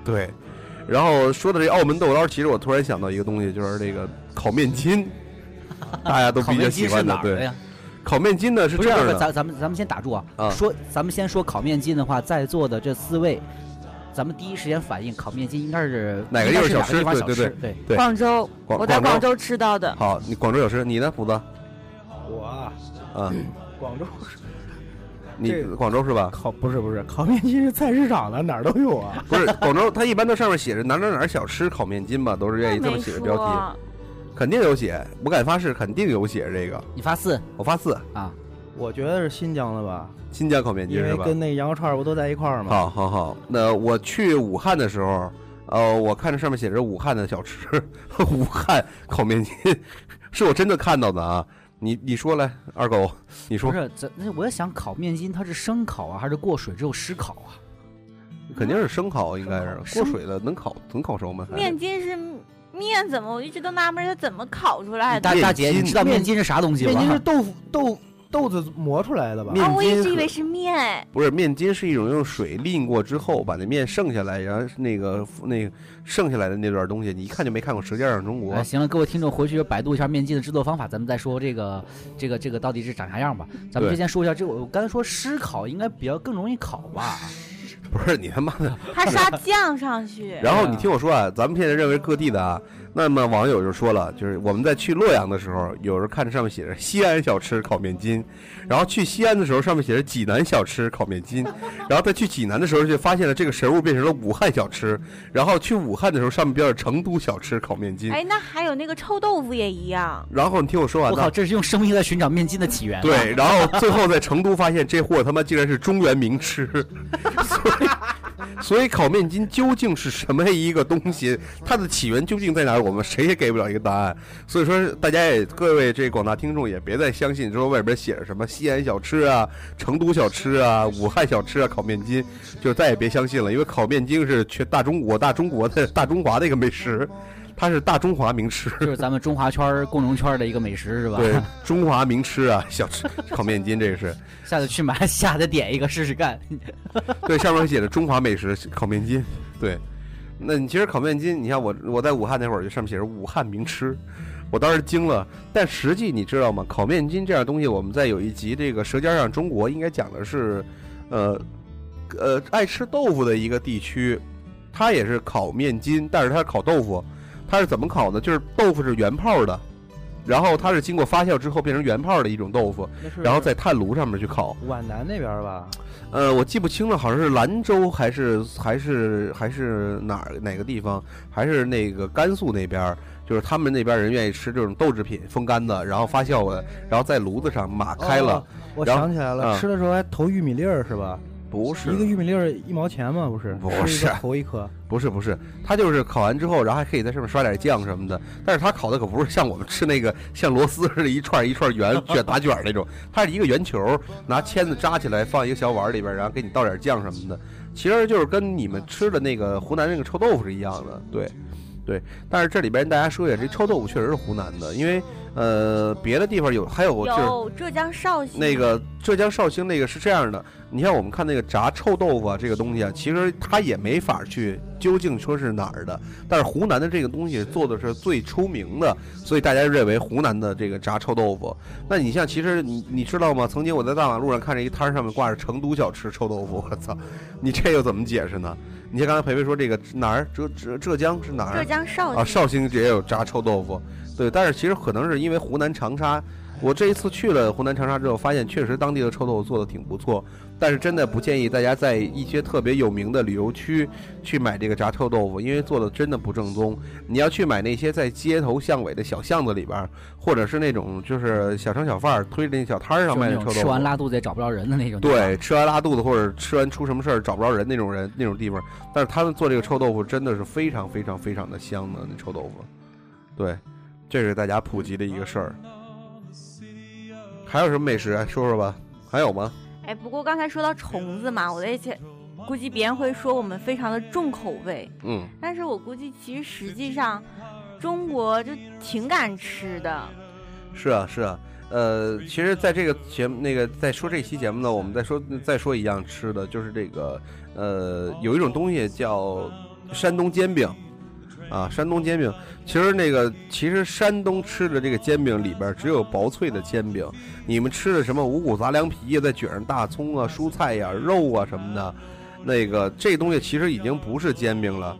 对。然后说到这澳门豆捞，其实我突然想到一个东西，就是这个烤面筋，大家都烤比较面喜筋是欢哪的。儿的对，呀？烤面筋呢是不这是，样不的是，咱咱们咱们先打住啊啊！说咱们先说烤面筋的话，在座的这四位，咱们第一时间反应烤面筋应该是哪个应该是地方哪小吃对对个地方小吃？对，对广州，广我在广广州吃到的，好，你广州有事，你呢，胡子？ (laughs) 我啊啊，广州你这个广州是 (laughs) 吧？ (laughs) 烤不是不是烤面筋是菜市场的，哪儿都有 (laughs) 啊。不是广州，它一般都上面写着哪儿哪儿哪儿小吃烤面筋嘛，都是愿意这么没写的标题，说，肯定有写，我敢发誓，肯定有写这个。你发四我发四，啊！我觉得是新疆的吧，新疆烤面筋因是为吧？跟那羊肉串儿不都在一块儿吗？好好好，那我去武汉的时候，呃，我看着上面写着武汉的小吃， (laughs) 武汉烤面筋，是我真的看到的啊。你你说来，二狗，你不嗯说是，咱那我在想烤面筋它是生烤啊，还是过水之后湿烤啊？肯定是生烤，应该是生过水的，能烤能烤熟吗？还面筋是面，怎么我一直都纳闷它怎么烤出来的大？大面姐，你筋知道面筋是啥东西面吗？筋是豆腐豆豆子磨出来的吧？面啊，我一筋直以和为是面哎，不是面筋是一种用水淋过之后把那面剩下来，然后那个那个剩下来的那段东西，你一看就没看过《舌尖上的中国哎，》。行了，各位听众回去就百度一下面筋的制作方法，咱们再说这个这个这个到底是长啥样吧。咱们对就先说一下这个，我刚才说湿烤应该比较更容易烤吧？不是你他妈的！它刷酱上去，然后你听我说啊，咱们现在认为各地的啊，那么网友就说了，就是我们在去洛阳的时候，有人看着上面写着西安小吃烤面筋，然后去西安的时候上面写着济南小吃烤面筋， (laughs) 然后再去济南的时候就发现了这个神物变成了武汉小吃，然后去武汉的时候上面标着成都小吃烤面筋。哎，那还有那个臭豆腐也一样，然后你听我说完啊我呢靠，，这是用生命在寻找面筋的起源啊。对，然后最后在成都发现这货他妈竟然是中原名吃，所以所以烤面筋究竟是什么一个东西，它的起源究竟在哪儿，我们谁也给不了一个答案。所以说，大家也各位这广大听众也别再相信说外边写着什么西安小吃啊、成都小吃啊、武汉小吃啊、烤面筋，就再也别相信了，因为烤面筋是全大中国、大中国的大中华的一个美食，它是大中华名吃。就是咱们中华圈儿共荣圈儿的一个美食是吧？对，中华名吃啊，小吃烤面筋这是。 (laughs) 下次去马来西亚再点一个试试看。对，上面写着中华美食烤面筋。对，那你其实烤面筋，你像我我在武汉那会儿，就上面写着武汉名吃，我当时惊了。但实际你知道吗？烤面筋这样东西，我们在有一集这个《舌尖上中国》应该讲的是，呃呃，爱吃豆腐的一个地区，它也是烤面筋，但是它是烤豆腐，它是怎么烤呢？就是豆腐是原泡的。然后它是经过发酵之后变成原泡的一种豆腐，那是然后在炭炉上面去烤。皖南那边儿吧，呃，我记不清了，好像是兰州还是还是还是哪儿哪个地方，还是那个甘肃那边儿，就是他们那边人愿意吃这种豆制品，风干的，然后发酵的，然后在炉子上码开了，哦。我然后想起来了，嗯吃的时候还投玉米粒儿是吧？不是一个玉米粒儿一毛钱嘛，不是？不吃一是个投一颗。不是不是，它就是烤完之后，然后还可以在上面刷点酱什么的，但是它烤的可不是像我们吃那个像螺丝似的，一串一串圆卷打卷儿那种，它是一个圆球，拿签子扎起来放一个小碗儿里边儿，然后给你倒点酱什么的，其实就是跟你们吃的那个湖南那个臭豆腐是一样的，对。对，但是这里边大家说一下，这臭豆腐确实是湖南的，因为呃，别的地方有，还有就是有浙江绍兴那个浙江绍兴那个是这样的，你像我们看那个炸臭豆腐啊，这个东西啊，其实它也没法去究竟说是哪儿的，但是湖南的这个东西做的是最出名的，所以大家认为湖南的这个炸臭豆腐。那你像其实你你知道吗？曾经我在大马路上看着一摊儿上面挂着成都小吃臭豆腐，我操，你这又怎么解释呢？你像刚才培培说这个哪儿浙浙浙江是哪儿？浙江绍啊，兴。绍兴也有炸臭豆腐，对，但是其实可能是因为湖南长沙，我这一次去了湖南长沙之后，发现确实当地的臭豆腐做的挺不错，但是真的不建议大家在一些特别有名的旅游区去买这个炸臭豆腐，因为做的真的不正宗。你要去买那些在街头巷尾的小巷子里边儿，或者是那种就是小商小贩儿推着那小摊儿上就卖那的臭种豆腐，吃完拉肚子也找不着人的那种。对，吃完拉肚子或者吃完出什么事儿找不着人那种人那种地方，但是他们做这个臭豆腐真的是非常非常非常的香的那臭豆腐，对，这是大家普及的一个事儿。还有什么美食？啊说说吧，还有吗？哎，不过刚才说到虫子嘛，我在想，估计别人会说我们非常的重口味，嗯，但是我估计其实实际上，中国就挺敢吃的。是啊，是啊，呃，其实，在这个节目那个在说这期节目呢，我们再说再说一样吃的，就是这个呃，有一种东西叫山东煎饼。啊，山东煎饼，其实那个，其实山东吃的这个煎饼里边儿只有薄脆的煎饼，你们吃的什么五谷杂粮皮呀，再卷上大葱啊、蔬菜呀、肉啊什么的，那个这东西其实已经不是煎饼了，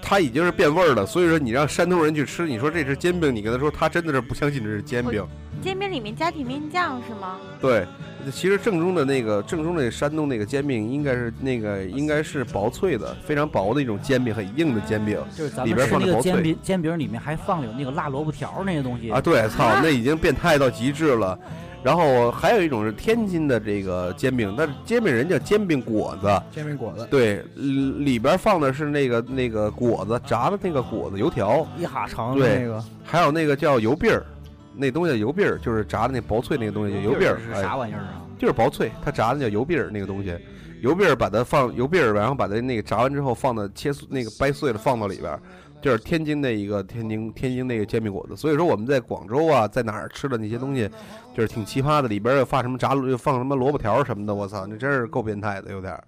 它已经是变味儿了。所以说，你让山东人去吃，你说这是煎饼，你跟他说，他真的是不相信这是煎饼。煎饼里面加甜面酱是吗？对，其实正宗的那个正宗的山东那个煎饼，应该是那个应该是薄脆的，非常薄的一种煎饼，很硬的煎饼就是咱里们边吃放那着个薄煎脆饼，煎饼里面还放有那个辣萝卜条儿那些东西啊。对，操，那已经变态到极致了。然后还有一种是天津的这个煎饼，但是煎饼人叫煎饼果子，煎饼果子对，里里边放的是那个那个果子炸的那个果子油条，一哈长对的那个，还有那个叫油篦儿，那东西叫油篦儿，就是炸的那薄脆那个东西叫油篦儿，是哎啥玩意儿啊？就是薄脆，它炸的叫油篦儿那个东西，油篦儿把它放油篦儿，然后把它那个炸完之后放到切碎那个掰碎了放到里边儿，就是天津的一个天津天津那个煎饼果子。所以说我们在广州啊，在哪儿吃的那些东西，就是挺奇葩的，里边儿又放什么炸萝又放什么萝卜条儿什么的，我操，那真是够变态的，有点儿，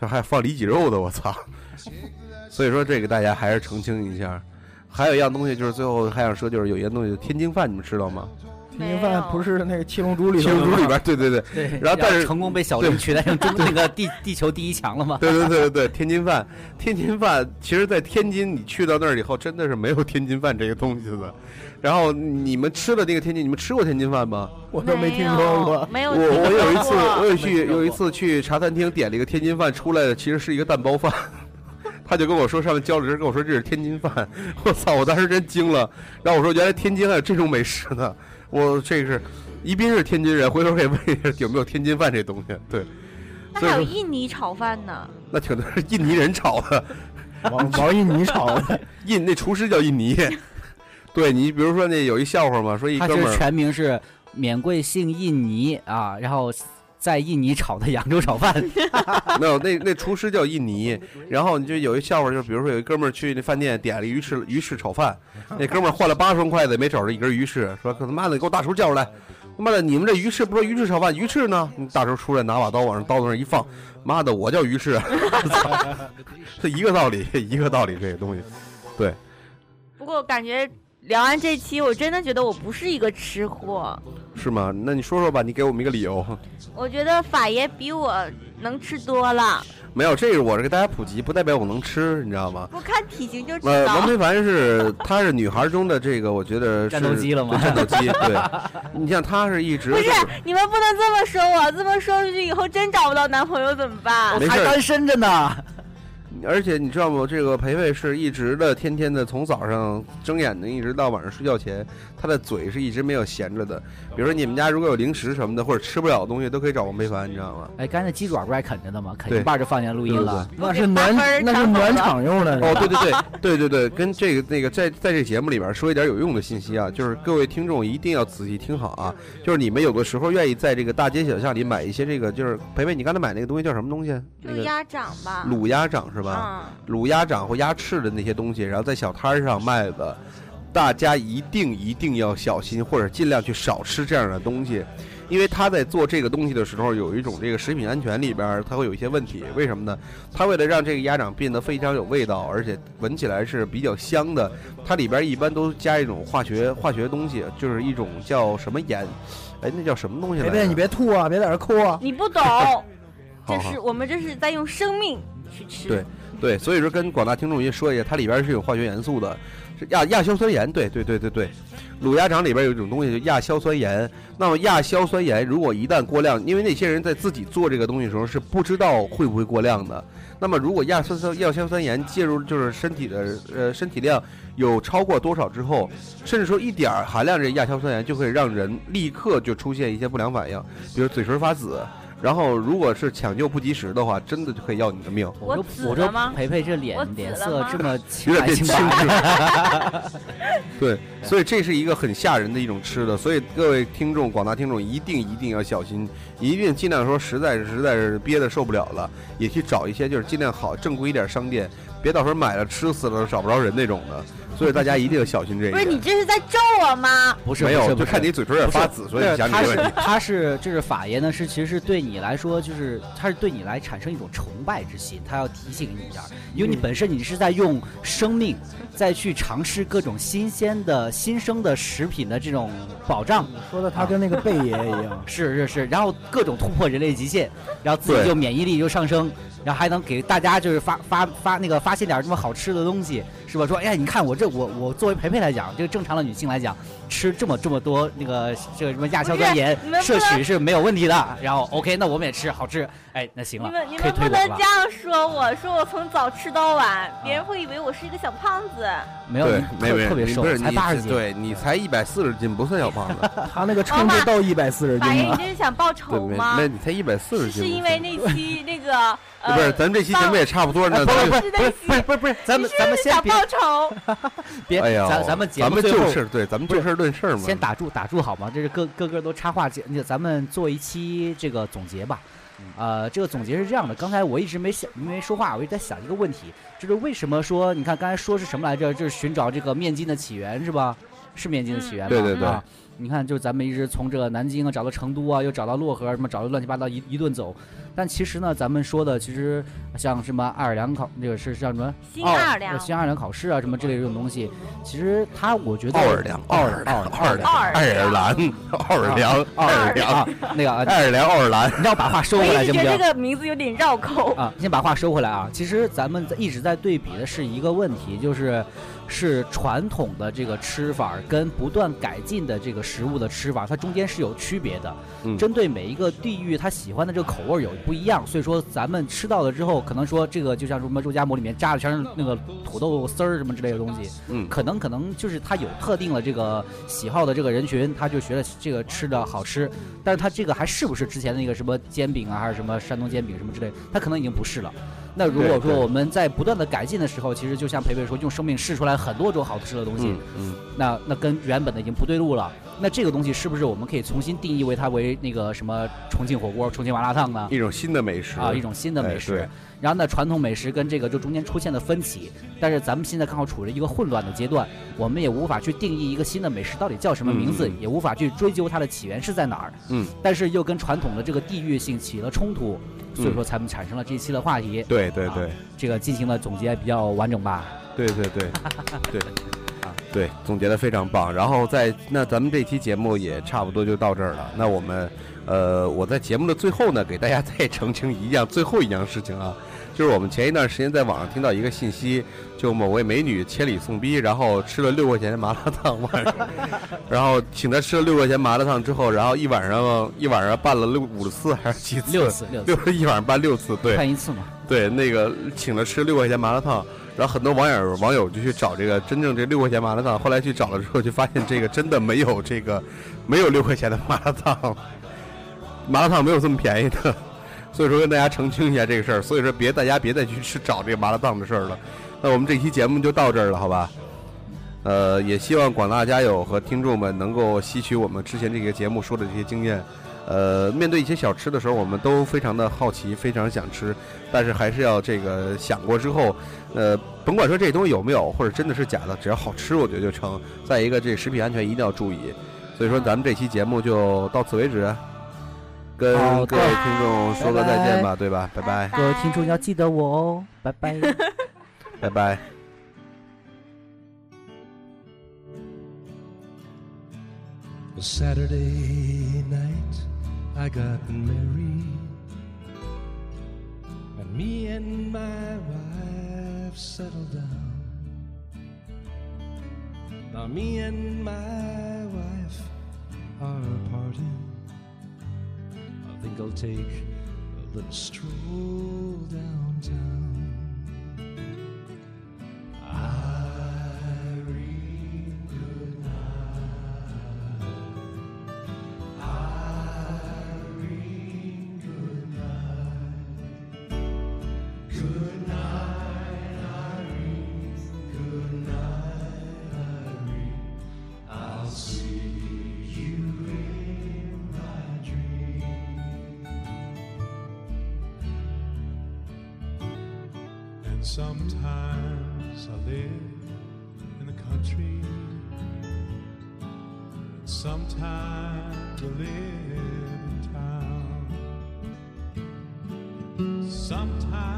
这还放里脊肉的，我操。所以说这个大家还是澄清一下。还有一样东西就是最后还想说，就是有一样东西，天津饭你们知道吗？天津饭不是那个七龙珠里天头的津吗里边儿，对对对，对，然后但是成功被小林取代成中 (laughs) 那个地地球第一强了嘛？对对对对对，天津饭， (laughs) 天津饭，其实，在天津你去到那儿以后，真的是没有天津饭这个东西的。然后你们吃的那个天津，你们吃过天津饭吗？我都没听说过。没有我听我有一说 (laughs) 次，过我有去有一次去茶餐厅点了一个天津饭，出来的其实是一个蛋包饭。 (laughs) 他就跟我说上面浇了汁，跟我说这是天津饭。 (laughs) 我操！我当时真惊了。然后我说原来天津还有这种美食呢。我这是，宜宾是天津人，回头可以问一下有没有天津饭这东西。对，那所以还有说印尼炒饭呢，那挺多是印尼人炒的。王王印尼炒 (laughs) 的，印那厨师叫印尼， (laughs) 对你比如说那有一笑话嘛，说一他哥其们实儿，全名是免贵姓印尼啊，然后在印尼炒的扬州炒饭，没有那那厨师叫印尼，然后你就有一笑话，就比如说有一哥们儿去那饭店点了鱼翅鱼翅炒饭，那哥们儿换了八双筷子没找着一根鱼翅，说可他妈的你给我大厨叫出来，他妈的你们这鱼翅不说鱼翅炒饭鱼翅呢？你大厨出来拿把刀往上刀子上一放，妈的我叫鱼翅， (laughs) 这一个道理一个道理这个东西，不过感觉聊完这期，我真的觉得我不是一个吃货。是吗？那你说说吧，你给我们一个理由。我觉得法爷比我能吃多了，没有，这个我是给大家普及，不代表我能吃，你知道吗？我看体型就知呃，王道。非凡是她是女孩中的这个，我觉得是战斗机了吗对战斗机，对， (laughs) 你像她是一直不是就 (laughs) 你们不能这么说我，这么说出去以后真找不到男朋友怎么办？没事还儿单身着呢。而且你知道吗？这个培培是一直的，天天的从早上睁眼睛一直到晚上睡觉前，她的嘴是一直没有闲着的。比如说你们家如果有零食什么的，或者吃不了的东西，都可以找王非凡，你知道吗？哎，刚才那鸡爪不是还啃着呢吗？啃对一半就放下录音了。那是暖那是暖场用 (laughs) 的。哦，对对对对对对，跟这个那个在在这节目里边说一点有用的信息啊，就是各位听众一定要仔细听好啊，就是你们有的时候愿意在这个大街小巷里买一些这个，就是培培，你刚才买那个东西叫什么东西？ (laughs) 那就是个鸭掌吧。卤鸭掌是吧？ (laughs) 嗯，卤鸭掌或鸭翅的那些东西，然后在小摊儿上卖的，大家一定一定要小心，或者尽量去少吃这样的东西，因为他在做这个东西的时候，有一种这个食品安全里边儿它会有一些问题，为什么呢？它为了让这个鸭掌变得非常有味道，而且闻起来是比较香的，它里边儿一般都加一种化学化学东西，就是一种叫什么盐，哎，那叫什么东西来培着？培，你别吐 (laughs) 啊，别在这儿哭啊。你不懂，好这好是我们这是在用生命去吃。对对，所以说跟广大听众也说一下，它里边是有化学元素的，是亚亚硝酸盐。对对对对对，卤鸭掌里边有一种东西叫亚硝酸盐。那么亚硝酸盐如果一旦过量，因为那些人在自己做这个东西的时候是不知道会不会过量的。那么如果亚硝酸亚硝酸盐介入就是身体的呃身体量有超过多少之后，甚至说一点儿含量这亚硝酸盐就会让人立刻就出现一些不良反应，比如嘴唇发紫。然后，如果是抢救不及时的话，真的就可以要你的命。我我就紫我了就吗培培这我脸紫脸了色吗这么有清点白变清清白，了。 (laughs) 对，所以这是一个很吓人的一种吃的，所以各位听众、广大听众一定一定要小心，一定尽量说实在是实在是憋的受不了了，也去找一些就是尽量好正规一点商店，别到时候买了吃死了找不着人那种的。所以大家一定要小心这一不是你点。这是在咒我吗？不是没不有，是就不看是你嘴唇有点不是发紫，所以不是想你他这是问题。他是这是法爷呢，是其实是对你来说，就是他是对你来产生一种崇拜之心，他要提醒你一下，嗯因为你本身你是在用生命再去尝试各种新鲜的新生的食品的这种保障。，说的他跟那个贝爷一样 (laughs) 是是是，然后各种突破人类极限，然后自对己就免疫力就上升，然后还能给大家就是发发发那个发现点儿这么好吃的东西，是吧？说哎呀，你看我这我我作为培培来讲，这个正常的女性来讲，吃这么这么多那个这个什么亚硝酸盐不是你们不摄取能是没有问题的。然后 OK，那我们也吃，好吃，哎，那行你了们你，可以们不推能广啊了这。样说我，说我从早吃到晚，别人会以为我是一个小胖子。没有，对你，没特没特别你瘦不，是才你八十是斤。对你才一百四十斤，不算小胖 (laughs) 子。他那个称是到一百四十法爷，斤你了。这是想报对，仇没吗没，？你才一百四十是斤。是因为那 (laughs) 期那个呃，不是，咱们这期节目也差不多哎呢。不咱是就不是是不是不是不是不是，咱们你是咱不们是先想别报仇？别，哎呀，咱咱们节咱目们最就后事对，咱们不就是事论事嘛。先打住，打住好吗？这是各各个都插话，这那咱们做一期这个总结吧。嗯呃，这个总结是这样的，刚才我一直没想，因为说话，我一直在想一个问题，就是为什么说，你看刚才说是什么来着？就是寻找这个面筋的起源是吧？是面筋的起源嗯吧？对对对啊你看，就是咱们一直从这个南京啊找到成都啊，又找到漯河，什么找到乱七八糟一一顿走。但其实呢，咱们说的其实像什么爱尔兰考，那个是像什么新奥尔哦良，新奥尔良考试啊，什么之类的这种东西，其实它我觉得奥尔良，奥尔良，奥奥尔尔良啊良，爱尔兰，奥尔良，奥尔良， (laughs) 那个啊，爱尔良，奥尔兰。你让我把话收我回来一直行不觉得行这？个名字有点绕口。啊，先把话收回来啊。其实咱们在一直在对比的是一个问题，就是是传统的这个吃法儿跟不断改进的这个食物的吃法儿，它中间是有区别的。嗯针对每一个地域，它喜欢的这个口味儿有不一样，所以说咱们吃到了之后，可能说这个就像什么肉夹馍里面扎的全是那个土豆丝儿什么之类的东西，嗯，可能可能就是他有特定了这个喜好的这个人群，他就觉得这个吃的好吃，但是他这个还是不是之前的那个什么煎饼啊，还是什么山东煎饼什么之类的，他可能已经不是了。那如果对对说我们在不断的改进的时候，其实就像培培说，用生命试出来很多种好吃的东西，嗯嗯，那那跟原本的已经不对路了。那这个东西是不是我们可以重新定义为它为那个什么重庆火锅、重庆麻辣烫呢？一种新的美食啊，一种新的哎美食。对然后呢，传统美食跟这个就中间出现了分歧，但是咱们现在刚好处于一个混乱的阶段，我们也无法去定义一个新的美食到底叫什么名字，嗯也无法去追究它的起源是在哪儿。嗯，但是又跟传统的这个地域性起了冲突，所嗯以说才们产生了这一期的话题。对对啊对这个进行了总结比较完整吧？对对对对啊对，总结的非常棒。然后在那咱们这期节目也差不多就到这儿了。那我们呃，我在节目的最后呢，给大家 (laughs) 再澄清一样最后一样事情啊，就是我们前一段时间在网上听到一个信息，就某位美女千里送逼，然后吃了六块钱的麻辣烫晚上， (laughs) 然后请她吃了六块钱麻辣烫之后，然后一晚上一晚上拌了六五次还是几次？六次，六次六，一晚上拌六次，对，看一次嘛。对，那个请了吃六块钱麻辣烫，然后很多网友网友就去找这个真正这六块钱麻辣烫，后来去找了之后，就发现这个真的没有这个没有六块钱的麻辣烫，麻辣烫没有这么便宜的，所以说跟大家澄清一下这个事儿，所以说别大家别再去吃找这个麻辣烫的事儿了。那我们这期节目就到这儿了，好吧？呃，也希望广大家友和听众们能够吸取我们之前这个节目说的这些经验。呃，面对一些小吃的时候，我们都非常的好奇，非常想吃，但是还是要这个想过之后，呃，甭管说这东西有没有，或者真的是假的，只要好吃，我觉得就成。再一个，这食品安全一定要注意。所以说，咱们这期节目就到此为止，跟好的各位听众说个再见吧，对吧？拜拜，各位听众要记得我哦，拜 (laughs) 拜。拜拜。 Well, Saturday night I got married, and me and my wife settle down. Now me and my wife are parting. I think I'll take a little stroll downtown. Irene, good night. Irene, good night. Good night, Irene. Good night, Irene. I'll see you in my dream. And sometimes I live in the country. And sometimes I live in town. Sometimes Ah.